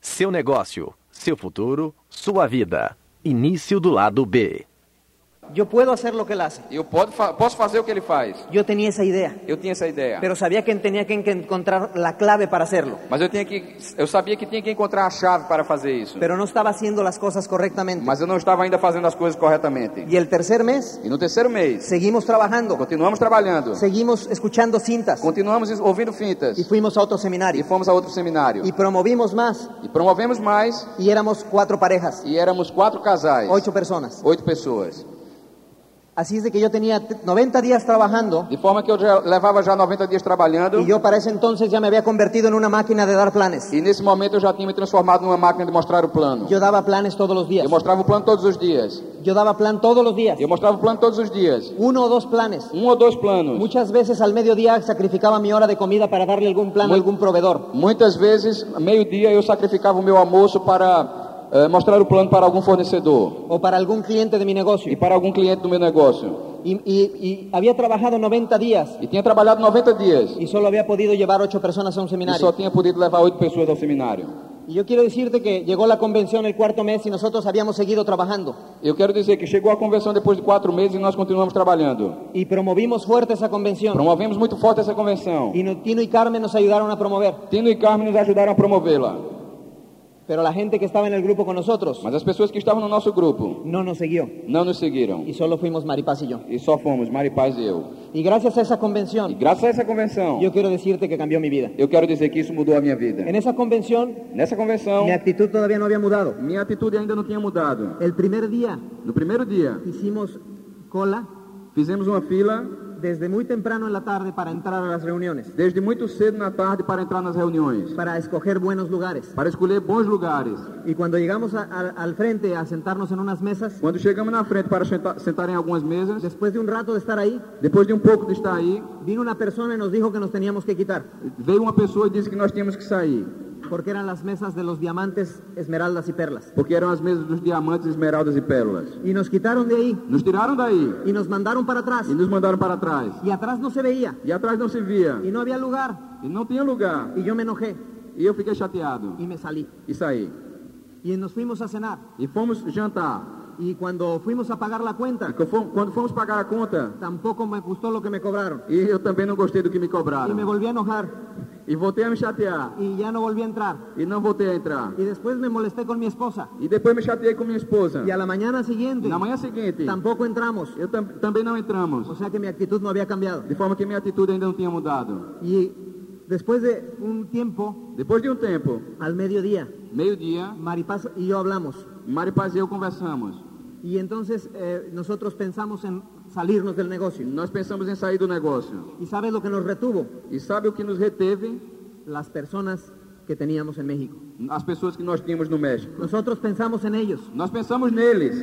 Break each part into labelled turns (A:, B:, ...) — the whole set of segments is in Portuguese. A: Seu negócio, seu futuro, sua vida. Início do lado B.
B: Yo puedo hacer lo que él hace.
C: Eu pode fa- posso fazer o que ele faz.
B: Yo tenía esa idea,
C: Eu tinha essa ideia.
B: pero sabía que tenía que en- que encontrar la clave para hacerlo.
C: Mas eu, tinha que, eu sabia que tinha que encontrar a chave para fazer isso.
B: Pero no estaba haciendo las cosas correctamente.
C: Mas eu não estava ainda fazendo as coisas corretamente.
B: Y el tercer mes
C: E no terceiro mês,
B: seguimos trabajando,
C: continuamos trabalhando,
B: seguimos escuchando cintas
C: continuamos es- ouvindo fintas
B: y fuimos a otro
C: e
B: seminario
C: fomos a outro seminário.
B: y promovimos más
C: E promovemos mais
B: y éramos cuatro parejas,
C: e éramos quatro casais,
B: ocho personas.
C: oito pessoas.
B: Así es de que yo tenía t- 90 días trabajando
C: De forma que eu já levava já 90 dias trabalhando
B: y yo para ese entonces ya me había convertido en una máquina de dar planes.
C: e nesse momento eu já tinha me transformado numa máquina de mostrar o plano.
B: Yo daba planes todos los días.
C: Eu mostrava o plano todos os dias.
B: Yo daba plan todos los días.
C: Eu mostrava o plano todos os dias.
B: Uno o dos planes.
C: Um ou dois planos.
B: Muchas veces al mediodía sacrificaba mi hora de comida para darle algún plan a
C: Muy-
B: algún proveedor.
C: Muitas vezes, meio-dia, eu sacrificava o meu almoço para eh, mostrar o plano para algum fornecedor
B: o para algún cliente de mi
C: e
B: negocio.
C: para algum cliente do meu negócio.
B: Y, y- y había trabajado 90 días
C: E tinha trabalhado 90 dias
B: y solo había podido llevar ocho personas a un
C: e só
B: seminario.
C: tinha podido levar oito pessoas ao seminário.
B: Y yo quiero decirte que llegó la convención el cuarto mes y nosotros habíamos seguido trabajando.
C: Eu quero dizer que chegou a convenção depois de quatro meses e nós continuamos trabalhando.
B: Y promovimos fuerte esa convención.
C: Promovemos muito forte essa convenção.
B: Y no- Tino y Carmen nos ayudaron a promover.
C: Tino e Carmen nos ajudaram a promovê-la,
B: Pero la gente que estaba en el grupo con nosotros
C: mas as pessoas que estavam no nosso grupo
B: no nos siguió.
C: não nos seguiram.
B: Y solo fuimos Maripaz y yo.
C: E só fomos, Mari Paz e eu.
B: Y gracias a esa
C: E
B: convención,
C: graças a essa convenção,
B: yo quiero decirte que cambió mi vida.
C: eu quero dizer que isso mudou a minha vida.
B: En esa convención,
C: Nessa convenção,
B: mi actitud todavía no había mudado.
C: minha atitude ainda não tinha mudado.
B: El primer día
C: No primeiro dia,
B: hicimos cola
C: fizemos uma fila
B: desde muy temprano en la tarde para entrar a las reuniones,
C: desde muito cedo na tarde para entrar nas reuniões,
B: para escoger buenos lugares.
C: para escolher bons lugares.
B: Y cuando llegamos a- a- al frente a sentarnos en unas mesas,
C: Quando chegamos na frente para sentar, sentar em algumas mesas,
B: después de un rato de estar ahí,
C: depois de um pouco de estar aí,
B: vino una persona y nos dijo que nos teníamos que quitar,
C: veio uma pessoa e disse que nós tínhamos que sair,
B: porque eran las mesas de los diamantes, esmeraldas y perlas.
C: porque eram as mesas dos diamantes, esmeraldas e pérolas.
B: Y nos quitaron de ahí
C: Nos tiraram daí
B: y nos mandaron para atrás.
C: e nos mandaram para trás.
B: Y atrás no se veía
C: E atrás não se via,
B: y no había lugar.
C: e não tinha lugar.
B: Y yo me enojé
C: E eu fiquei chateado
B: y me salí.
C: e saí.
B: Y nos fuimos a cenar.
C: E fomos jantar.
B: Y cuando fuimos a pagar la
C: E
B: cuenta,
C: co- fom- quando fomos pagar a conta,
B: tampoco me gustó lo que me cobraron.
C: e eu também não gostei do que me
B: Y me
C: cobraram.
B: volví a enojar
C: E voltei a me chatear.
B: y ya no volví a entrar.
C: E não voltei a entrar.
B: Y después me molesté con mi esposa.
C: E depois me chateei com minha esposa.
B: Y a la mañana siguiente
C: Na manhã seguinte,
B: tampoco entramos.
C: eu tam- também não
B: O
C: entramos.
B: sea que mi actitud no había cambiado.
C: De forma que minha atitude ainda não tinha mudado.
B: Y después de un tiempo,
C: Depois de um tempo,
B: al mediodía,
C: meio-dia,
B: Maripaz y yo hablamos.
C: Mari Paz e eu conversamos.
B: Y entonces eh, nosotros pensamos en salirnos del negocio.
C: Nós pensamos em sair do negócio.
B: ¿Y sabes lo que nos retuvo?
C: E sabe o que nos reteve?
B: Las personas que teníamos en México.
C: As pessoas que nós tínhamos no México.
B: Nosotros pensamos en ellos.
C: Nós pensamos neles.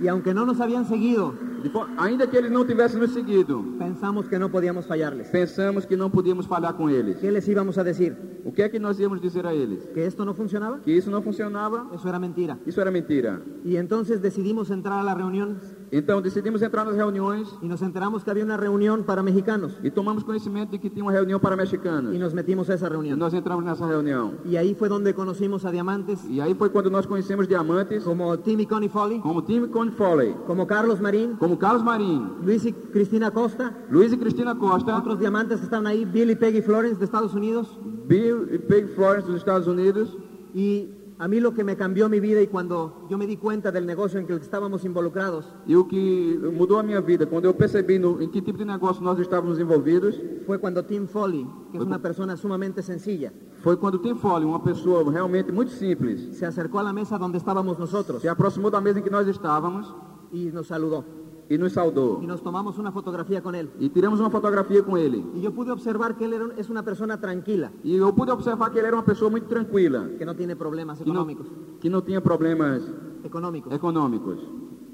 B: Y aunque no nos habían seguido,
C: De fo- Ainda que eles não tivessem nos seguido,
B: pensamos que no podíamos fallarles.
C: pensamos que não podíamos falhar com eles.
B: ¿Qué les íbamos a decir?
C: O que é que nós íamos dizer a eles?
B: ¿Que esto no funcionaba?
C: Que isso não funcionava?
B: Eso era mentira.
C: Isso era mentira.
B: Y entonces decidimos entrar a la reunión
C: Então decidimos entrar nas reuniões
B: y nos enteramos que había una reunión para mexicanos
C: e tomamos conhecimento de que tinha uma reunião para mexicanos.
B: y nos metimos a esa
C: E
B: reunión.
C: nós entramos nessa reunião.
B: Y ahí fue donde conocimos a Diamantes,
C: E aí foi quando nós conhecemos diamantes
B: como Timmy Connie Foley,
C: como Tim Cone Foley,
B: como Carlos Marín,
C: como Carlos Marinho,
B: Luis y Cristina Costa,
C: Luiz e Cristina Costa,
B: otros diamantes que están ahí, Bill y Peggy Florence de Estados Unidos.
C: Bill e Peg Florence dos Estados Unidos.
B: Y a mí lo que me cambió mi vida y cuando yo me di cuenta del negocio en que estábamos involucrados
C: E o que mudou a minha vida quando eu percebi no, em que tipo de negócio nós estávamos envolvidos
B: fue cuando Tim Foley, que es una persona sumamente sencilla,
C: foi quando Tim Foley, uma pessoa realmente muito simples,
B: se acercó a la mesa donde estábamos nosotros
C: se aproximou da mesa em que nós estávamos
B: y nos saludó.
C: e nos
B: Y
C: saudou.
B: nos tomamos una fotografía con él.
C: E tiramos uma fotografia com ele.
B: Y yo pude observar que él era un- es una persona tranquila,
C: E eu pude observar que ele era uma pessoa muito tranquila,
B: que no tiene problemas
C: que não,
B: económicos,
C: que não tinha problemas
B: económicos,
C: Eh. econômicos,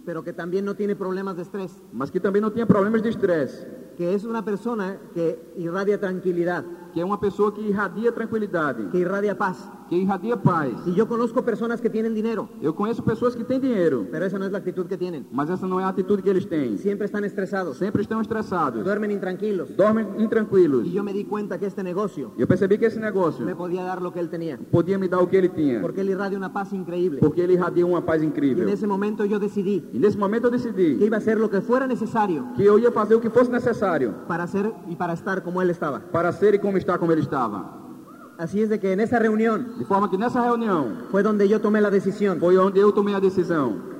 B: pero que también no tiene problemas de estrés,
C: mas que também não tinha problemas de estresse.
B: que es una persona que irradia tranquilidad,
C: que é uma pessoa que irradia tranquilidade,
B: que irradia paz,
C: que irradia paz.
B: Si yo conozco personas que tienen dinero,
C: Eu conheço pessoas que têm dinheiro,
B: pero esa no es la actitud que tienen.
C: mas essa não é a atitude que eles têm.
B: Siempre están estresados,
C: Sempre estão estressados,
B: duermen intranquilos.
C: dormem intranquilos.
B: Y yo me di cuenta que este negocio
C: Eu percebi que esse negócio
B: me podía dar lo que él tenía,
C: podia me dar o que ele tinha,
B: porque él irradia una paz increíble.
C: porque ele irradia uma paz
B: Y
C: incrível.
B: en ese momento yo decidí
C: E nesse momento eu
B: que
C: decidi
B: iba a hacer lo que fuera necesario
C: que eu ia fazer o que fosse necessário
B: para ser y para estar como él estaba.
C: para ser e como está como ele estava.
B: Así es de que en esa reunión
C: De forma que nessa reunião
B: fue donde yo tomé la decisión
C: foi onde eu tomei a decisão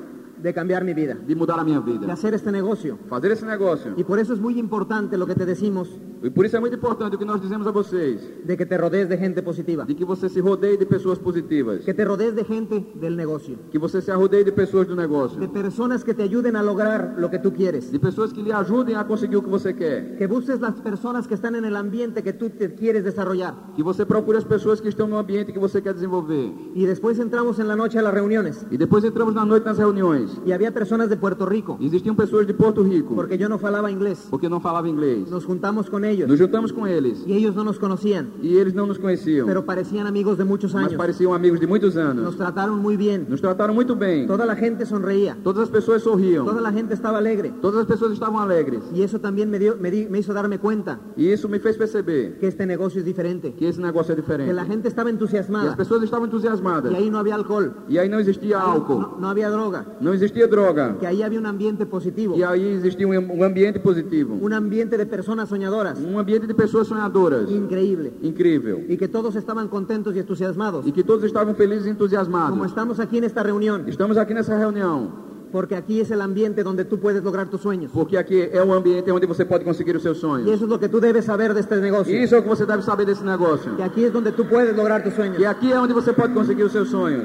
B: de cambiar mi vida,
C: de mudar a minha
B: de
C: vida,
B: hacer este negocio.
C: fazer esse negócio.
B: Y por eso es muy importante lo que te decimos
C: E por isso é muito importante o que nós dizemos a vocês,
B: de que te rodees de gente positiva,
C: de que você se rodeie de pessoas positivas,
B: que te rodees de gente del negocio,
C: que você se rodeie de pessoas do
B: de
C: negócio,
B: personas que te ayuden a lograr lo que tú quieres,
C: de pessoas que lhe ajudem a conseguir o que você quer.
B: que busques las personas que están en el ambiente que tú te quieres desarrollar.
C: Que você procure as pessoas que estão no ambiente que você quer desenvolver.
B: Y después entramos en la noche a las reuniones
C: E depois entramos na noite nas reuniões.
B: y había personas de Puerto Rico,
C: Existiam pessoas de Porto Rico,
B: porque yo no falaba inglés.
C: porque não falavam inglês.
B: Nos juntamos con ellos
C: Nos juntamos com eles
B: y ellos no nos conocían,
C: e eles não nos conheciam,
B: pero parecían amigos de muchos
C: mas
B: años.
C: pareciam amigos de muitos
B: Nos
C: anos.
B: trataron muy bien,
C: Nos trataram muito bem.
B: toda la gente sonreía,
C: Todas as pessoas sorriam.
B: toda la gente estaba alegre.
C: Todas as pessoas estavam alegres.
B: Y eso también me, dio- me di- me hizo darme cuenta
C: E isso me fez perceber
B: que este negocio es diferente,
C: que esse negócio é
B: que la
C: diferente.
B: gente estaba
C: E as
B: entusiasmada
C: pessoas estavam entusiasmadas.
B: y ahí no había alcohol,
C: E aí não existia
B: no,
C: álcool,
B: no había droga,
C: não existia droga.
B: que ahí había un ambiente positivo,
C: E aí existia um um ambiente positivo,
B: un ambiente de personas soñadoras,
C: um ambiente de pessoas sonhadoras.
B: increíble,
C: Incrível.
B: y que todos estaban contentos y entusiasmados.
C: e que todos estavam felizes
B: Como
C: e entusiasmados.
B: estamos aquí en esta reunión,
C: Estamos aqui nessa reunião
B: porque aquí es el ambiente donde tú puedes lograr tus sueños.
C: porque aqui é um ambiente onde você pode conseguir os seus
B: Y
C: sonhos.
B: eso es lo que tú debes saber de este negocio.
C: Isso é o que você deve saber desse negócio.
B: Que aquí es donde tú puedes lograr tus
C: E
B: sueños.
C: aqui é onde você pode conseguir os seus sonhos.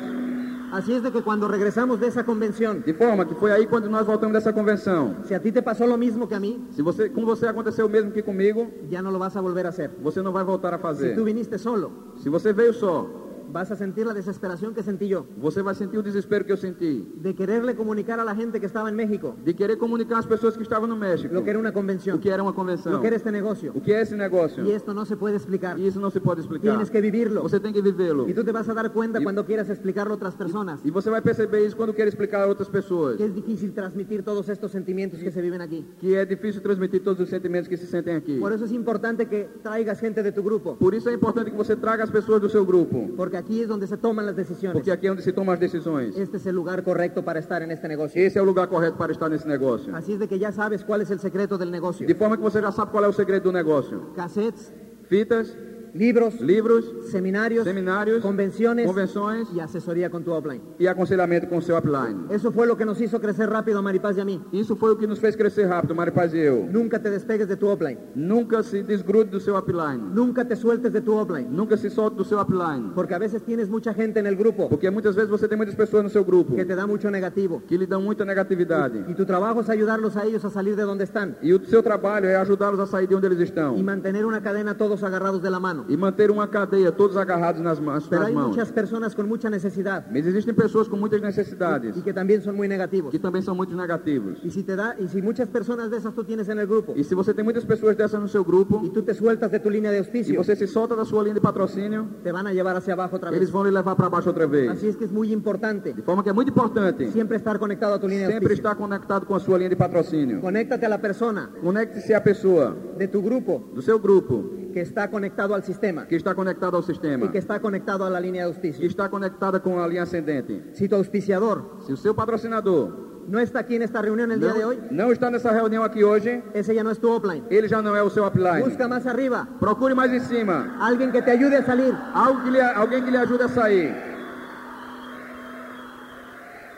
B: Así es de que cuando regresamos de esa convención,
C: De forma que foi aí quando nós voltamos dessa convenção.
B: si a ti te pasó lo mismo que a mí,
C: Se você, com você aconteceu o mesmo que comigo,
B: ya no lo vas a volver a hacer.
C: você não vai voltar a
B: Si
C: fazer.
B: tú viniste solo,
C: Se você veio só,
B: vas a sentir la desesperación que sentí yo
C: você vai sentir o desespero que eu senti
B: de quererle comunicar a la gente que estaba en México
C: de querer comunicar às pessoas que estavam no México
B: lo que era una
C: o
B: convención,
C: que era uma convenção,
B: lo que era este negocio.
C: o que é esse negócio.
B: Y esto no se puede explicar.
C: E isso não se pode explicar.
B: Tienes que vivirlo.
C: Você tem que vivê-lo.
B: Y tú te vas a dar cuenta cuando quieras explicarlo a otras personas.
C: E você vai perceber isso quando quer explicar a outras pessoas.
B: que es difícil transmitir todos estos sentimientos que se viven aquí.
C: Que é difícil transmitir todos os sentimentos que se sentem aqui.
B: Por eso es importante que traigas gente de tu grupo,
C: Por isso é importante que você traga as pessoas do seu grupo.
B: porque aquí es donde se toman las decisiones.
C: Porque aqui é onde se tomam as decisões.
B: Este es el lugar correcto para estar en este negocio.
C: Esse é o lugar correto para estar nesse negócio.
B: Así es de que ya sabes cuál es el secreto del negocio.
C: De forma que você já sabe qual é o segredo do negócio.
B: Cassettes,
C: Fitas,
B: libros,
C: livros
B: seminarios,
C: Seminarios,
B: convenciones,
C: convenções.
B: y asesoría con tu offline.
C: e aconselhamento com o seu upline.
B: Eso fue lo que nos hizo crecer rápido a Maripaz y a mí.
C: Isso foi o que nos fez crescer rápido, Mário Paz e eu.
B: Nunca te despegues de tu offline.
C: Nunca se desgrude do seu upline.
B: Nunca te sueltes de tu offline.
C: Nunca se solte do seu upline.
B: Porque a veces tienes mucha gente en el grupo
C: Porque muitas vezes você tem muitas pessoas no seu grupo
B: que te da mucho negativo.
C: que lhe dão muita negatividade.
B: Y tu trabajo es ayudarlos a ellos a salir de donde están.
C: E o seu trabalho é ajudá-los a sair de onde eles estão
B: y mantener una cadena todos agarrados de la mano.
C: e manter uma cadeia, todos agarrados nas, ma- nas
B: Pero hay
C: mãos.
B: muchas personas con mucha necesidad
C: Mas existem pessoas com muitas necessidades
B: y que también son muy negativos.
C: que também são muito negativos.
B: Y si te da y si muchas personas de esas tú tienes en el grupo
C: E se você tem muitas pessoas dessas no seu
B: y
C: grupo
B: tú te sueltas de tu línea de
C: e
B: auspicio,
C: você se solta da sua linha de patrocínio,
B: te van a llevar hacia abajo otra
C: eles
B: vez.
C: vão lhe levar para baixo outra vez.
B: Así es que es muy importante
C: De forma que é muito importante
B: siempre estar conectado a tu línea de
C: sempre
B: auspicio.
C: estar conectado com a sua linha de patrocínio.
B: Conéctate a la persona
C: Conecte-se à pessoa
B: de tu grupo
C: do seu grupo
B: que está conectado al sistema
C: que está conectada ao
B: y
C: sistema,
B: que está conectado a la línea de
C: que
B: auspicio.
C: está conectada com a linha ascendente.
B: Si tu auspiciador
C: Se o seu patrocinador
B: no está aquí en esta reunión el día de hoy,
C: não, não está nessa reunião aqui hoje,
B: ese ya no es tu offline.
C: ele já não é o seu upline.
B: Busca más arriba
C: Procure mais em cima.
B: alguien que te ayude a salir.
C: Algo que lhe- alguém que lhe ajude a sair.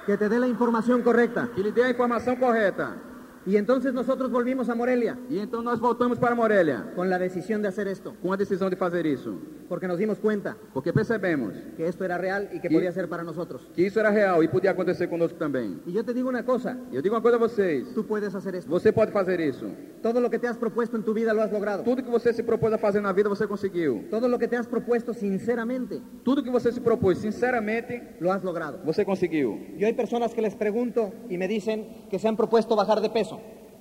B: que te dé la información correcta.
C: Que lhe dê a informação correta.
B: Y entonces nosotros volvimos a Morelia
C: E então nós voltamos para Morelia
B: con la decisión de hacer esto,
C: com a decisão de fazer isso.
B: porque nos dimos cuenta
C: Porque percebemos
B: que esto era real y que
C: Y-
B: podía ser para nosotros.
C: que isso era real e podia acontecer conosco também.
B: Y yo te digo una cosa,
C: Eu digo uma coisa a vocês.
B: tú puedes hacer esto.
C: Você pode fazer isso.
B: Todo lo que te has propuesto en tu vida lo has logrado.
C: Tudo que você se propôs a fazer na vida, você conseguiu.
B: Todo lo que te has propuesto sinceramente
C: Tudo que você se propôs, sinceramente,
B: lo has logrado.
C: você conseguiu.
B: Yo hay personas que les pregunto y me dicen que se han propuesto bajar de peso.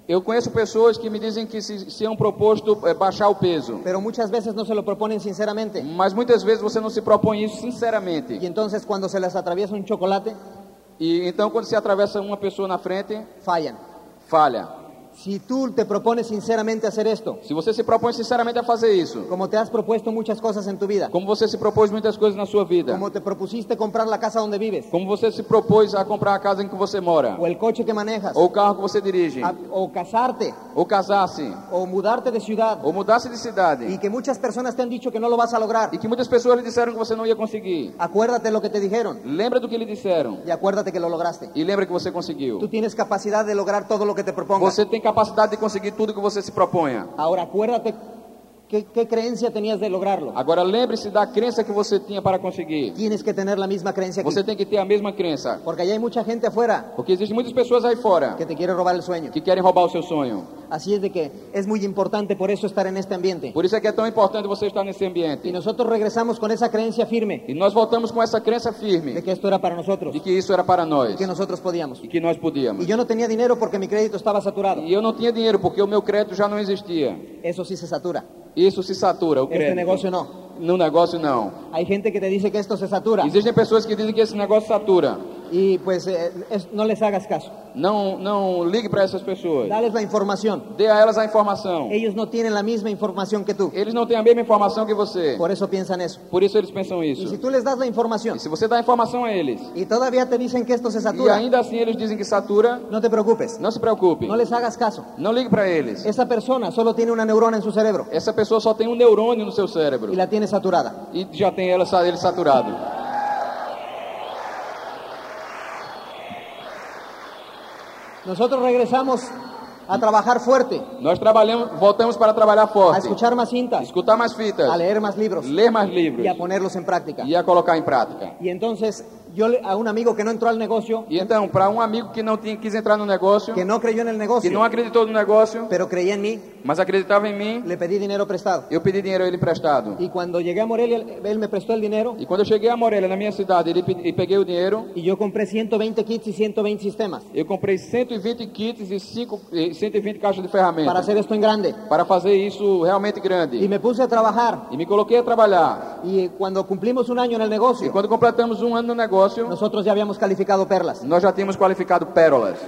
C: Eu conheço pessoas que me dizem que se, se é um proposto é, baixar o peso,
B: pero muchas veces no se lo proponen sinceramente.
C: mas muitas vezes você não se propõe isso
B: Y
C: sinceramente.
B: entonces cuando se les atraviesa un chocolate,
C: E então quando se atravessa uma pessoa na frente,
B: fallan.
C: falha.
B: Si tú te propones sinceramente hacer esto,
C: Se você se propõe sinceramente a fazer isso,
B: como te has propuesto muchas cosas en tu vida,
C: como você se propôs muitas coisas na sua vida,
B: como te propusiste comprar la casa donde vives,
C: como você se propôs a comprar a casa em que você mora,
B: o el coche que manejas,
C: ou o carro que você dirige,
B: a- o casarte,
C: ou casar-se,
B: o mudarte de ciudad,
C: ou mudar-se de cidade,
B: y que muchas personas te han dicho que no lo vas a lograr,
C: e que muitas pessoas lhe disseram que você não ia conseguir.
B: acuérdate lo que te dijeron
C: Lembra do que lhe disseram
B: y acuérdate que lo lograste.
C: e lembra que você
B: Tú
C: conseguiu.
B: tienes capacidad de lograr todo lo que te propongas.
C: Você tem capacidade de conseguir tudo que você se proponha.
B: Ahora acuérdate qué, qué creencia tenías de lograrlo.
C: Agora lembre-se da crença que você tinha para conseguir.
B: Tienes que tener la misma creencia
C: Você
B: que
C: tem que ter a mesma crença,
B: porque allá hay mucha gente afuera
C: porque existem muitas pessoas aí fora
B: que te quiere robar el sueño.
C: que querem roubar o seu sonho.
B: Así es de que es muy importante por eso estar en este ambiente.
C: Por isso é que é tão importante você estar nesse
B: Y
C: ambiente.
B: nosotros regresamos con esa creencia firme
C: E nós voltamos com essa crença
B: de
C: firme
B: que esto era para nosotros,
C: de que isso era para nós
B: que nosotros podíamos.
C: e que nós
B: Y
C: podíamos.
B: yo no tenía dinero porque mi crédito estaba saturado.
C: E eu não tinha dinheiro porque o meu crédito já não existia.
B: Eso sí se satura.
C: Isso se satura, o
B: Este
C: crédito.
B: negocio no.
C: No negócio não.
B: Hay gente que te dice que esto se satura
C: Existem pessoas que dizem que esse negócio satura.
B: y pues eh, es- no les hagas caso.
C: Não, não ligue para essas pessoas.
B: Dales la información.
C: Dê a elas a informação.
B: Ellos no tienen la misma información que tú.
C: Eles não têm a mesma informação que você.
B: Por eso piensan eso.
C: Por isso eles pensam
B: Y si
C: isso.
B: tú les das la información
C: E se você dá informação a eles
B: y todavía te dicen que esto se
C: e
B: satura,
C: ainda assim eles dizem que satura,
B: no te preocupes,
C: não se preocupe.
B: no les hagas caso.
C: Não ligue para eles.
B: Esa persona solo tiene una neurona en su cerebro
C: Essa pessoa só tem um neurônio no seu
B: y
C: cérebro
B: la tiene saturada.
C: e já tem ela, sa- ele saturado.
B: Nosotros regresamos a trabajar fuerte,
C: Nós trabalhamos, voltamos para trabalhar
B: a
C: forte,
B: escuchar más cintas,
C: escutar mais fitas,
B: a leer más libros
C: ler mais livros
B: y a ponerlos en práctica.
C: e a colocar em prática.
B: Y entonces yo le- a un amigo que no entró al negocio,
C: E então, para um amigo que não tinha, quis entrar no negócio,
B: que no creyó en el
C: que não
B: negocio,
C: acreditou no negócio,
B: pero creía en mí,
C: mas acreditava em mim,
B: le pedí dinero prestado.
C: eu pedi dinheiro a ele emprestado.
B: Y cuando llegué a Morelia, él me prestó el dinero
C: E quando eu cheguei a Morelia, na minha cidade, ele pe- e peguei o dinheiro,
B: y yo compré 120 kits y 120 sistemas
C: eu comprei 120 kits e cinco, eh, 120 caixas de
B: para
C: ferramentas
B: hacer esto en grande.
C: para fazer isso realmente
B: Y
C: grande.
B: me puse a trabajar
C: E me coloquei a trabalhar.
B: y eh, cuando cumplimos un año en el
C: E
B: negocio,
C: quando completamos um ano no negócio,
B: nosotros ya habíamos calificado perlas.
C: nós já tínhamos qualificado pérolas.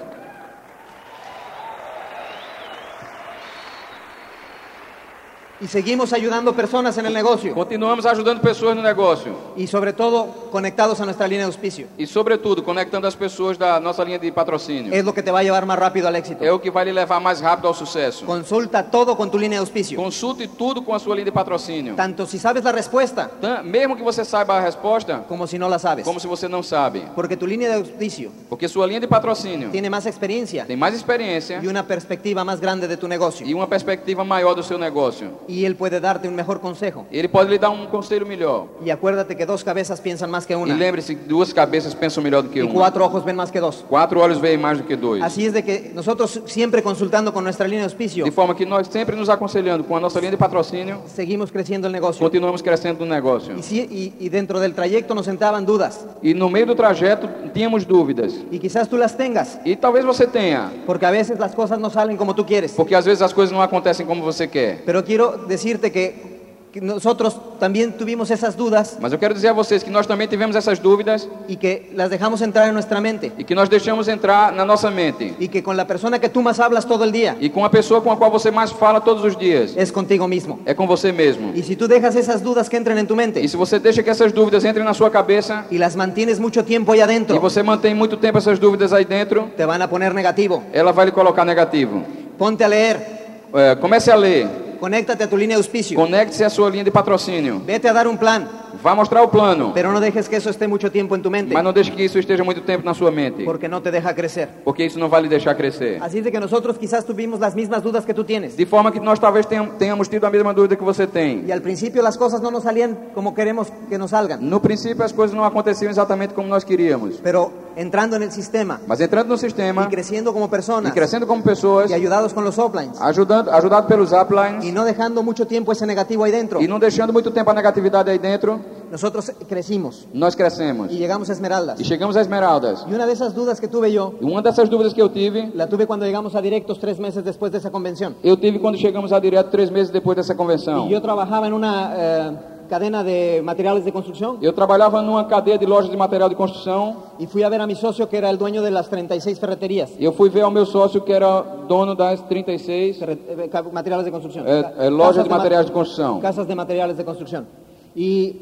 B: Y seguimos ayudando personas en el negocio
C: Continuamos ajudando pessoas no negócio
B: y sobre todo conectados a nuestra línea de auspicio.
C: e, sobretudo, conectando as pessoas da nossa linha de patrocínio.
B: Es lo que te va a llevar más rápido al éxito.
C: É o que vai lhe levar mais rápido ao sucesso.
B: Consulta todo con tu línea de auspicio.
C: Consulte tudo com a sua linha de patrocínio.
B: Tanto si sabes la respuesta
C: Tan- Mesmo que você saiba a resposta,
B: como si no la sabes.
C: como se você não sabe.
B: Porque tu línea de auspicio
C: Porque sua linha de patrocínio
B: tiene más experiencia
C: tem mais experiência
B: y una perspectiva más grande de tu negocio.
C: e uma perspectiva maior do seu negócio.
B: Y él puede darte un mejor consejo.
C: Ele pode lhe dar um conselho melhor.
B: Y acuérdate que dos cabezas piensan más que
C: E
B: una
C: lembre-se que duas cabeças pensam melhor do que
B: y
C: uma.
B: cuatro ojos ven más que dos.
C: Quatro olhos veem mais do que dois.
B: Así es de que nosotros siempre consultando con nuestra línea de auspicio
C: De forma que nós sempre nos aconselhando com a nossa linha de patrocínio,
B: seguimos creciendo el negocio.
C: continuamos crescendo no negócio.
B: Y, sí- y- y dentro del trayecto nos entraban dudas.
C: E no meio do trajeto tínhamos dúvidas.
B: Y quizás tú las tengas,
C: E talvez você tenha,
B: porque a veces las cosas no salen como tú quieres.
C: porque às vezes as coisas não acontecem como você quer.
B: Pero quiero decirte que, que nosotros también tuvimos esas dudas
C: Mas eu quero dizer a vocês que nós também tivemos essas dúvidas
B: y que las dejamos entrar en nuestra mente.
C: e que nós deixamos entrar na nossa mente.
B: Y que con la persona que tú más hablas todo el día
C: E com a pessoa com a qual você mais fala todos os dias,
B: es contigo mismo.
C: é com você mesmo.
B: Y si tú dejas esas dudas que entren en tu mente
C: E se você deixa que essas dúvidas entrem na sua cabeça
B: y las mantienes mucho tiempo ahí
C: e
B: adentro,
C: você mantém muito tempo essas dúvidas aí dentro,
B: te van a poner negativo.
C: ela vai lhe colocar negativo.
B: Ponte a leer,
C: É, comece a ler,
B: conéctate a tu línea de auspicio,
C: conecte-se à sua linha de patrocínio,
B: vete a dar un plan,
C: vá mostrar o plano,
B: pero no dejes que eso esté mucho tiempo en tu mente
C: mas não deixe que isso esteja muito tempo na sua mente,
B: porque no te deja crecer.
C: porque isso não vai lhe deixar crescer.
B: Así es de que nosotros quizás tuvimos las mismas dudas que tú tienes.
C: De forma que nós talvez tenham- tenhamos tido a mesma dúvida que você tem.
B: Y al principio las cosas no nos salían como queremos que nos salgan.
C: No princípio as coisas não aconteciam exatamente como nós queríamos,
B: Pero entrando en el sistema
C: mas entrando no
B: y
C: sistema
B: creciendo Ah. como
C: e
B: personas
C: crescendo como pessoas,
B: y ayudados con los uplines
C: ajudando, ajudado pelos uplines
B: y no dejando mucho tiempo ese negativo ahí dentro,
C: e não deixando muito tempo a negatividade aí dentro,
B: Nosotros crecimos
C: Nós crescemos
B: y llegamos a Esmeraldas.
C: e chegamos a Esmeraldas.
B: Y una de esas dudas que tuve yo,
C: E uma dessas dúvidas que eu tive,
B: la tuve cuando llegamos a directos tres meses después de esa convención.
C: eu tive quando chegamos a direto três meses depois dessa convenção.
B: Y yo trabajaba en una eh, cadena de materiales de construcción
C: Eu trabalhava numa cadeia de lojas de material de construção.
B: y fui a ver a mi socio que era el dueño de las 36 ferreterías,
C: Eu fui ver ao meu sócio que era dono das 36
B: ferre- eh, ca- materiales de construcción.
C: É,
B: Ca-
C: é loja
B: casas
C: Eh, de
B: ma-
C: materiales de construcción.
B: Casas de materiales de construcción. Y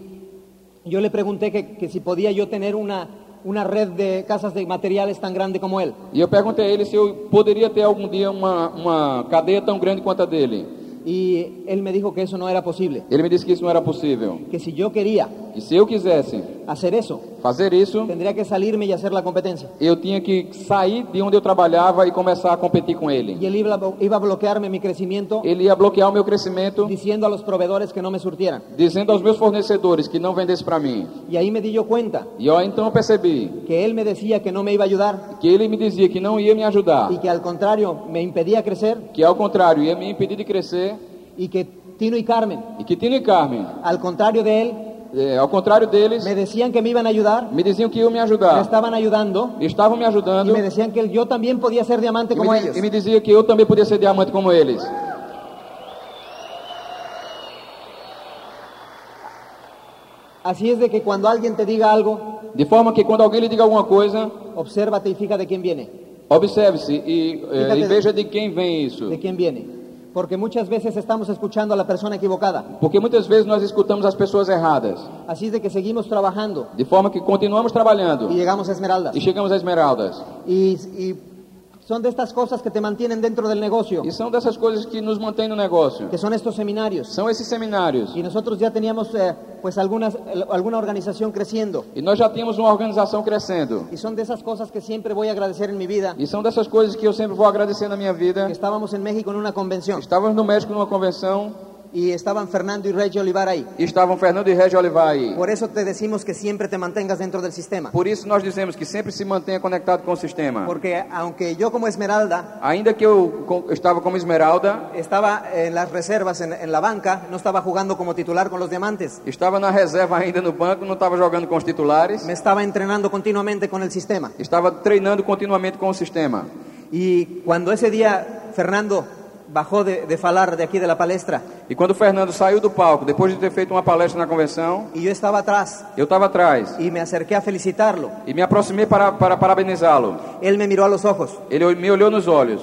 B: yo le pregunté que, que si podía yo tener una, una red de casas de materiales tan grande como él.
C: E eu perguntei a ele se eu poderia ter algum dia uma, uma cadeia tão grande quanto a dele.
B: Y él me dijo que eso no era posible,
C: Ele me disse que isso não era possível.
B: que si yo quería
C: E se eu quisesse
B: hacer eso,
C: fazer isso,
B: tendría que salirme y hacer la competencia.
C: eu tinha que sair de onde eu trabalhava e começar a competir com
B: Y
C: ele.
B: él iba, a- iba a bloquearme mi crescimiento
C: Ele ia bloquear o meu crescimento,
B: diciendo a los proveedores que no me surtieran.
C: dizendo aos meus fornecedores que não vendesse para mim.
B: Y ahí me di yo cuenta
C: E eu então percebi
B: que él me decía que no me iba a ayudar
C: que ele me dizia que não ia me ajudar,
B: y que al contrario me impedía crecer
C: que ao contrário ia me impedir de crescer
B: y que Tino y Carmen,
C: e que Tino e Carmen,
B: al contrario de él,
C: eh, ao contrário deles,
B: me decían que me iban a ayudar,
C: me diziam que iam me
B: me
C: ajudar.
B: estaban ayudando
C: Estavam me
B: y
C: ajudando
B: me decían que yo también podía ser diamante como
C: e me,
B: ellos.
C: e me dizia que eu também podia ser diamante como eles.
B: Así es de que cuando alguien te diga algo,
C: De forma que quando alguém lhe diga alguma coisa,
B: obsérvate y fíjate de quién viene,
C: observe-se e, eh,
B: Fica
C: e
B: de-
C: veja de quem vem isso.
B: de quién viene. Porque muchas veces estamos escuchando a la persona equivocada.
C: Porque muitas vezes nós escutamos as pessoas erradas.
B: Así es de que seguimos trabajando
C: De forma que continuamos
B: y
C: trabalhando
B: llegamos a Esmeraldas.
C: e chegamos a esmeraldas.
B: Y, y son de estas cosas que te mantienen dentro del negocio,
C: E são dessas coisas que nos mantém no negócio.
B: que son estos seminarios.
C: São esses seminários.
B: Y nosotros ya teníamos eh, pues algunas, el- alguna organización creciendo.
C: E nós já temos uma organização crescendo.
B: Y son de esas cosas que siempre voy a agradecer en mi vida.
C: E são dessas coisas que eu sempre vou agradecer na minha vida.
B: que Estábamos en México en una convención
C: Estávamos no México numa convenção
B: y estaban Fernando y Reggie Olivar ahí.
C: e estavam Fernando e Régio Olivar aí.
B: Por eso te decimos que siempre te mantengas dentro del sistema.
C: Por isso nós dizemos que sempre se mantenha conectado com o sistema.
B: Porque aunque yo como Esmeralda
C: Ainda que eu co- estava como esmeralda,
B: estaba en las reservas, en, en la banca, no estaba jugando como titular con los diamantes,
C: estava na reserva ainda no banco, não estava jogando com os titulares,
B: me estaba entrenando continuamente con el sistema.
C: estava treinando continuamente com o sistema.
B: Y cuando ese día Fernando bajó de, de falar de aquí de la palestra
C: E quando o Fernando saiu do palco, depois de ter feito uma palestra na convenção,
B: y yo estaba atrás
C: eu estava atrás
B: y me acerqué a felicitarlo,
C: e me aproximei para, para parabenizá-lo.
B: él me miró a los ojos
C: Ele ol- me olhou nos olhos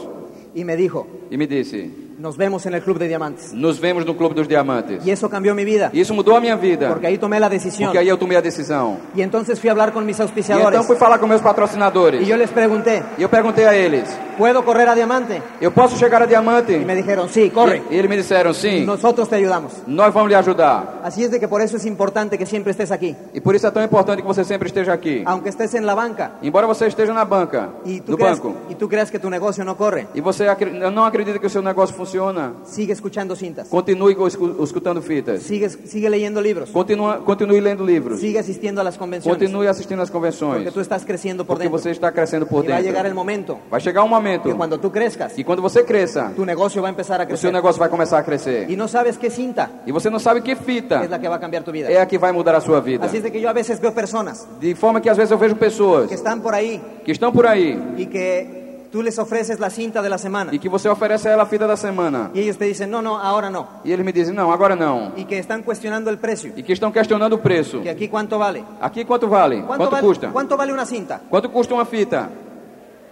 B: y me dijo,
C: e me disse:
B: nos vemos en el Club de Diamantes.
C: Nos vemos no Clube dos Diamantes.
B: Y eso cambiou mi vida,
C: E Isso mudou a minha vida,
B: porque assim, ahí tomé la decisión.
C: porque aí eu tomei a decisão.
B: Y entonces fui a hablar con mis
C: E então
B: auspiciadores
C: fui falar com meus
B: y
C: patrocinadores.
B: yo les pregunté,
C: E eu perguntei a eles:
B: ¿puedo correr a Diamante?
C: Eu posso chegar a diamante?
B: Y me dijeron, sí, corre,
C: E eles me disseram: Sim,
B: nosotros te ayudamos.
C: nós vamos lhe ajudar.
B: Así es de que por eso es importante que siempre estés aquí,
C: E por isso é tão importante que você sempre esteja aqui.
B: aunque estés en la banca
C: Embora você esteja na banca,
B: y tú,
C: no
B: creas,
C: banco,
B: y tú creas que tu negocio no corre,
C: e você acre- não acredita que o seu negócio funciona,
B: sigue escuchando cintas.
C: continue co- escu- escutando fitas,
B: Sigue, sigue leyendo libros,
C: continua, continue lendo livros,
B: sigue asistiendo a las convenciones,
C: continue assistindo às
B: porque
C: convenções,
B: tú estás creciendo por
C: porque
B: dentro.
C: você está crescendo por
B: y va a llegar el
C: dentro.
B: momento
C: Vai chegar um momento
B: que cuando tú crezcas,
C: que quando você cresça,
B: tu negocio va a empezar a
C: o seu
B: crecer.
C: negócio vai começar a crescer.
B: Y no sabes qué cinta
C: E você não sabe que fita
B: es la que va a cambiar tu vida.
C: é a que vai mudar a sua vida.
B: Así es de que yo a veces veo personas
C: De forma que às vezes eu vejo pessoas
B: que están por ahí
C: que estão por aí
B: y que tú les ofreces la cinta de la semana
C: e que você oferece a ela a fita da semana.
B: y ellos te dicen, no, no, ahora no.
C: E eles me dizem, não, agora não.
B: Y que están cuestionando el precio.
C: E que estão questionando o preço.
B: Que aquí cuánto vale.
C: Aqui quanto vale? Quanto,
B: vale,
C: custa?
B: ¿Cuánto vale una cinta?
C: Quanto custa uma fita?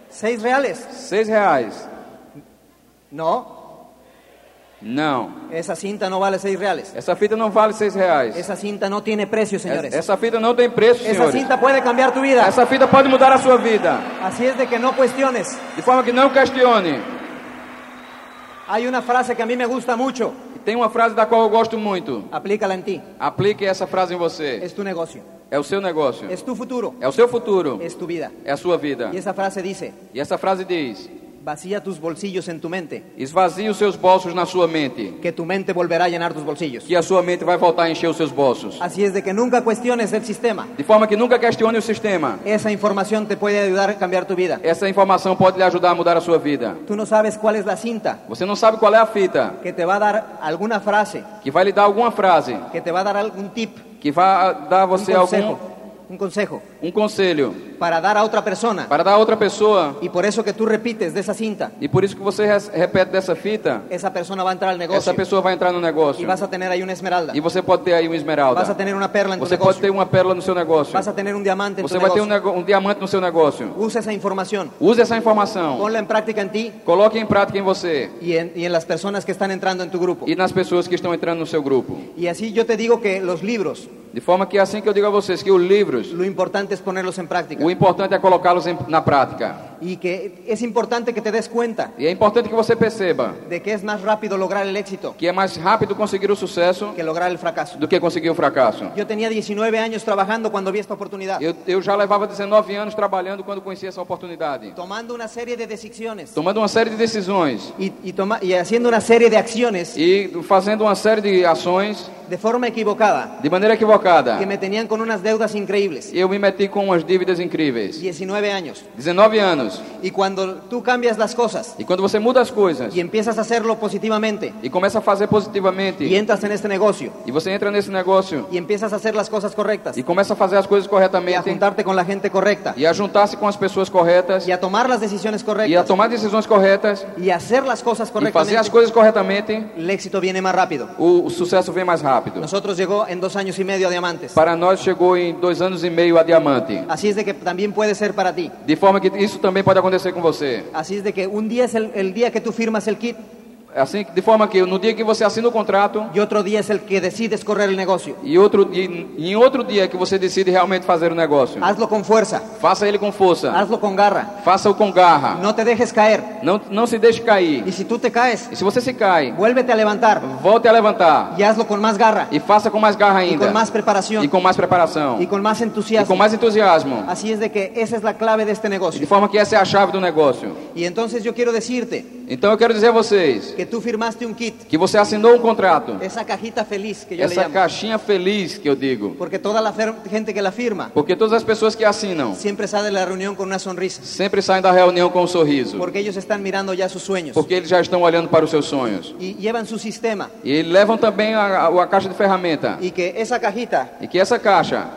B: ¿Seis reales?
C: Seis reais.
B: No,
C: Não.
B: esa cinta no vale seis reales.
C: Essa fita não vale seis reais.
B: Esa cinta no tiene precio, señores.
C: Essa- Essa fita não tem preço,
B: Esa
C: senhores.
B: cinta puede cambiar tu vida.
C: Essa fita pode mudar a sua vida.
B: Así es de que no cuestiones.
C: De forma que não questione.
B: Hay una frase que a mí me gusta mucho.
C: E Tem uma frase da qual eu gosto muito.
B: Aplícala en ti.
C: Aplique essa frase em você.
B: Es tu negocio.
C: É o seu negócio.
B: Es tu futuro.
C: É o seu futuro.
B: Es tu vida.
C: É a sua vida.
B: Y esa frase dice,
C: E essa frase diz:
B: vacía tus bolsillos en tu mente,
C: esvazie os seus bolsos na sua mente,
B: que tu mente volverá a llenar tus bolsillos.
C: que a sua mente vai voltar a encher os seus bolsos.
B: Así es de que nunca cuestiones el sistema.
C: De forma que nunca questione o sistema.
B: Esa información te puede ayudar a cambiar tu vida.
C: Essa informação pode lhe ajudar a mudar a sua vida.
B: Tú no sabes cuál es la cinta
C: Você não sabe qual é a fita
B: que te va a dar alguna frase,
C: que vai lhe dar alguma frase,
B: que te va a dar algún tip,
C: que vá dar a
B: Un
C: você algum
B: consejo, un consejo
C: um conselho
B: para dar a otra persona.
C: para dar a outra pessoa.
B: Y por eso que tú repites de esa cinta,
C: E por isso que você res- repete dessa fita,
B: esa persona va a entrar al
C: essa
B: negocio
C: pessoa vai entrar no
B: y
C: negócio.
B: vas a tener ahí una esmeralda.
C: E você pode ter aí um esmeralda.
B: Vas a tener una perla en tu
C: Você pode ter
B: negocio.
C: uma pérola no seu negócio.
B: Vas a tener un diamante en tu
C: Você vai ter um,
B: negocio.
C: nego- um diamante no seu negócio.
B: Usa esa información,
C: Use essa informação.
B: ponla en práctica en ti
C: Coloque em prática em você
B: y en, y en las personas que están entrando en tu grupo.
C: e nas pessoas que estão entrando no seu grupo.
B: Y así yo te digo que los libros,
C: De forma que assim que eu digo a vocês que os livros,
B: lo importante es ponerlos en práctica.
C: o importante é colocá-los em- na prática.
B: Y que es importante que te des cuenta
C: E é importante que você perceba
B: de que es más rápido lograr el éxito
C: que é mais rápido conseguir o sucesso
B: que lograr el fracaso.
C: do que conseguir o fracasso.
B: Yo tenía 19 años trabajando cuando vi esta oportunidad,
C: Eu, eu já levava 19 anos trabalhando quando conheci essa oportunidade.
B: tomando una serie de decisiones
C: Tomando uma série de decisões
B: y, y toma- y haciendo una serie de acciones
C: e fazendo uma série de ações
B: de forma equivocada
C: de maneira equivocada.
B: que me tenían con unas deudas increíbles.
C: Eu me meti com umas dívidas incríveis.
B: 19 años.
C: 19 anos.
B: Y cuando tú cambias las cosas
C: E quando você muda as coisas
B: y empiezas a hacerlo positivamente
C: e começa a fazer
B: y
C: positivamente,
B: entras en este negocio
C: e você entra nesse negócio
B: y empiezas a hacer las cosas correctas
C: e começa a fazer as coisas
B: y a
C: corretamente
B: juntarte con la gente correcta
C: e a juntar-se com as pessoas corretas
B: y a tomar las decisiones
C: e a
B: correctas
C: tomar decisões corretas
B: y a hacer las cosas
C: e fazer
B: correctamente,
C: as coisas corretamente,
B: el éxito viene más rápido.
C: o, o sucesso vem mais rápido.
B: Nosotros llegó en dos años y medio a Diamantes.
C: Para nós chegou em dois anos e meio a diamante.
B: Así es de que también puede ser para ti.
C: De forma que isso também pode acontecer com você.
B: Así es de que un día es el, el día que tú firmas el kit
C: Assim, de forma que no dia que você assina o contrato
B: y otro día es el que decides correr el negocio.
C: e outro dia, em outro dia que você decide realmente fazer o negócio,
B: Hazlo con fuerza,
C: faça ele com força,
B: hazlo con garra,
C: faça-o com garra.
B: no te dejes caer.
C: Não, não se deixe
B: Y
C: cair.
B: si tú te caes,
C: E se você se cai,
B: vuélvete a levantar
C: volte a levantar
B: y hazlo con más garra
C: e faça com mais garra
B: y
C: ainda
B: con más preparación
C: e com mais preparação
B: y
C: e
B: con más
C: com
B: entusiasmo.
C: mais entusiasmo.
B: Así es de que esa es la clave de este
C: De
B: negocio.
C: forma que essa é a chave do negócio.
B: Y entonces yo quiero decirte
C: Então eu quero dizer a vocês
B: que tú firmaste un kit,
C: que você assinou um contrato.
B: esa cajita feliz que yo le
C: Essa
B: llamo.
C: caixinha feliz que eu digo.
B: Porque toda la fer- gente que la firma
C: Porque todas as pessoas que assinam
B: siempre sale de la reunión con una sonrisa.
C: sempre saem da reunião com um sorriso.
B: Porque ellos están mirando ya sus sueños.
C: Porque eles já estão olhando para os seus sonhos.
B: Y llevan su sistema.
C: E levam também a, a, a caixa de ferramenta.
B: Y que esa cajita,
C: E que essa caixa,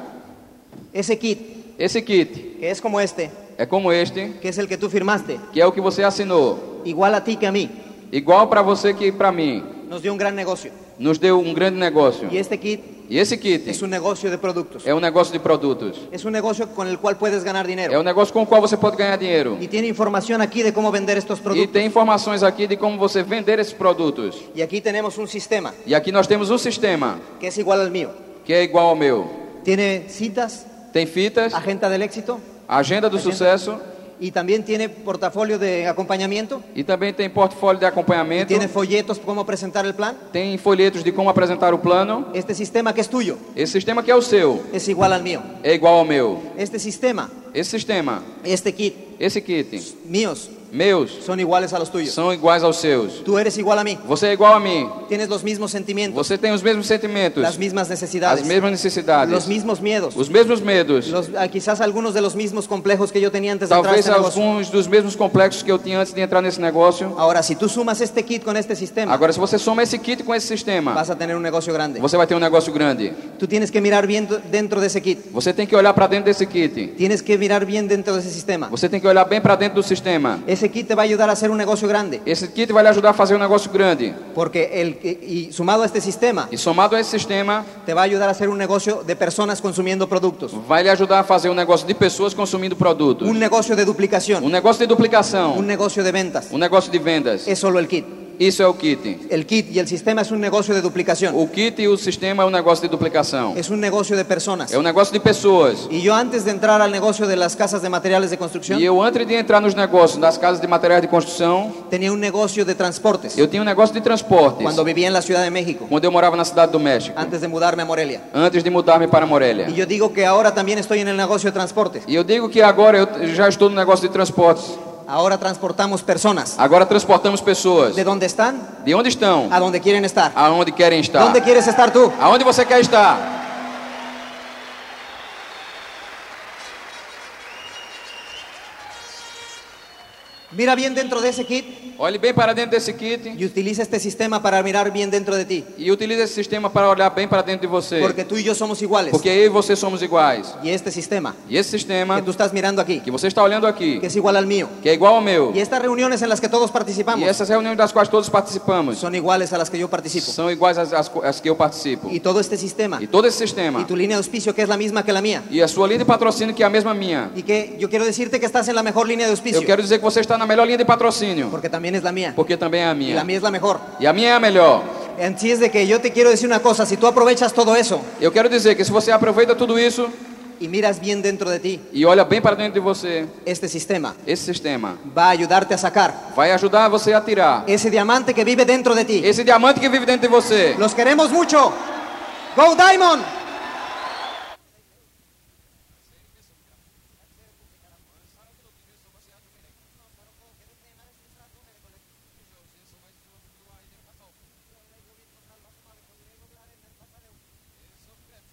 B: ese kit,
C: esse kit,
B: que es como este,
C: é como este,
B: que es el que tú firmaste,
C: que é o que você assinou.
B: igual a ti que a mí,
C: Igual para você que para mim
B: nos dio un gran negocio.
C: nos deu um grande negócio.
B: Y este kit
C: E esse
B: es
C: kit
B: un negocio de productos.
C: é um negócio de produtos.
B: Es un negocio con el cual puedes ganar
C: É
B: dinero.
C: um negócio com o qual você pode ganhar dinheiro.
B: Y tiene información aquí de cómo vender estos
C: E
B: productos.
C: tem informações aqui de como você vender esses produtos.
B: Y aquí tenemos un sistema
C: E aqui nós temos um sistema
B: que es igual al mío.
C: que é igual ao meu.
B: Tiene citas,
C: Tem fitas,
B: agenda del éxito
C: agenda do sucesso
B: y también tiene portafolio de acompañamiento.
C: e também tem portfólio de
B: Y
C: acompanhamento.
B: tiene folletos cómo presentar el plan.
C: Tem folhetos de como apresentar o plano.
B: Este sistema que es tuyo
C: Esse sistema que é o seu
B: es igual al mío.
C: é igual ao meu.
B: Este sistema,
C: Esse sistema,
B: este kit,
C: esse kit,
B: míos,
C: meus
B: son iguales a los tuyos.
C: são iguais aos seus.
B: Tú eres igual a mí.
C: Você é igual a mim.
B: Tienes los mismos sentimientos,
C: Você tem os mesmos sentimentos,
B: las mismas
C: as
B: necesidades, los
C: mesmas necessidades,
B: mismos miedos,
C: os mesmos medos,
B: los- ah, quizás algunos de los mismos complejos que yo tenía antes de entrar a
C: talvez
B: este negocio.
C: alguns dos mesmos complexos que eu tinha antes de entrar nesse negócio.
B: Ahora, si tú sumas este kit con este sistema,
C: Agora, se você soma esse kit com esse sistema,
B: vas a tener un negocio grande.
C: você vai ter um negócio grande.
B: Tú tienes que mirar bien do- dentro de ese kit,
C: Você tem que olhar para dentro desse kit.
B: tienes que mirar bien dentro de ese sistema.
C: Você tem que olhar bem para dentro do sistema.
B: Esse kit te va a ayudar a hacer un negocio grande,
C: Esse kit vai lhe ajudar a fazer um negócio grande.
B: porque el que- y sumado a este sistema
C: E somado a esse sistema,
B: te va a ayudar a hacer un negocio de personas consumiendo productos,
C: vai lhe ajudar a fazer um negócio de pessoas consumindo produtos.
B: un negocio de duplicación,
C: Um negócio de duplicação.
B: un negocio de ventas.
C: Um negócio de vendas.
B: Es solo el kit.
C: Isso é o kit.
B: El kit y el sistema es un negocio de duplicación.
C: O kit e o sistema é um negócio de duplicação.
B: Es un negocio de personas.
C: É um negócio de pessoas.
B: Y yo antes de entrar al negocio de las casas de materiales de construcción,
C: E eu, antes de entrar nos negócios das casas de materiais de construção,
B: tenía un negocio de transportes
C: eu tinha um negócio de transportes.
B: cuando vivía en la Ciudad de México,
C: Quando eu morava na cidade do México.
B: antes de mudarme a Morelia.
C: antes de mudar-me para Morelia.
B: Y yo digo que ahora también estoy en el negocio de transportes.
C: E eu digo que agora eu já estou no negócio de transportes.
B: Ahora transportamos personas
C: Agora transportamos pessoas.
B: de donde están
C: De onde estão?
B: a donde quieren estar.
C: Aonde querem estar?
B: ¿Dónde quieres estar tú?
C: Aonde você quer estar?
B: Mira bien dentro de ese kit
C: Olhe bem para dentro desse kit
B: y utiliza este sistema para mirar bien dentro de ti.
C: e utilize esse sistema para olhar bem para dentro de você.
B: Porque é tú y yo somos iguales.
C: Porque eu e você somos iguais.
B: Y este sistema
C: E esse sistema
B: que tú estás mirando aquí,
C: que você está olhando aqui,
B: que es igual al mío.
C: que é igual ao meu,
B: Y estas reuniones en las que todos
C: e
B: participamos
C: essas reuniões das quais todos participamos
B: son iguales a las que yo participo.
C: são iguais às, às, às que eu participo.
B: Y todo este sistema
C: Tipo, E todo esse sistema
B: y tu línea de auspicio que es la misma que la mía.
C: e a sua linha de patrocínio que é a mesma minha.
B: Y que yo quiero decirte que estás en la mejor línea de
C: Eu
B: auspicio.
C: quero dizer que você está na melhor linha de patrocínio,
B: Porque también es la mía.
C: porque também é a
B: Y la
C: minha.
B: mía es la mejor.
C: E a minha é a melhor.
B: Así es de que yo te quiero decir una cosa. Si tú aprovechas todo eso
C: Eu quero dizer que se você aproveita tudo isso
B: y miras bien dentro de ti,
C: e olha bem para dentro de você,
B: este sistema
C: esse sistema
B: va a ayudarte a sacar
C: vai ajudar você a tirar
B: ese diamante que vive dentro de ti.
C: esse diamante que vive dentro de você.
B: Los queremos mucho. Go Diamond.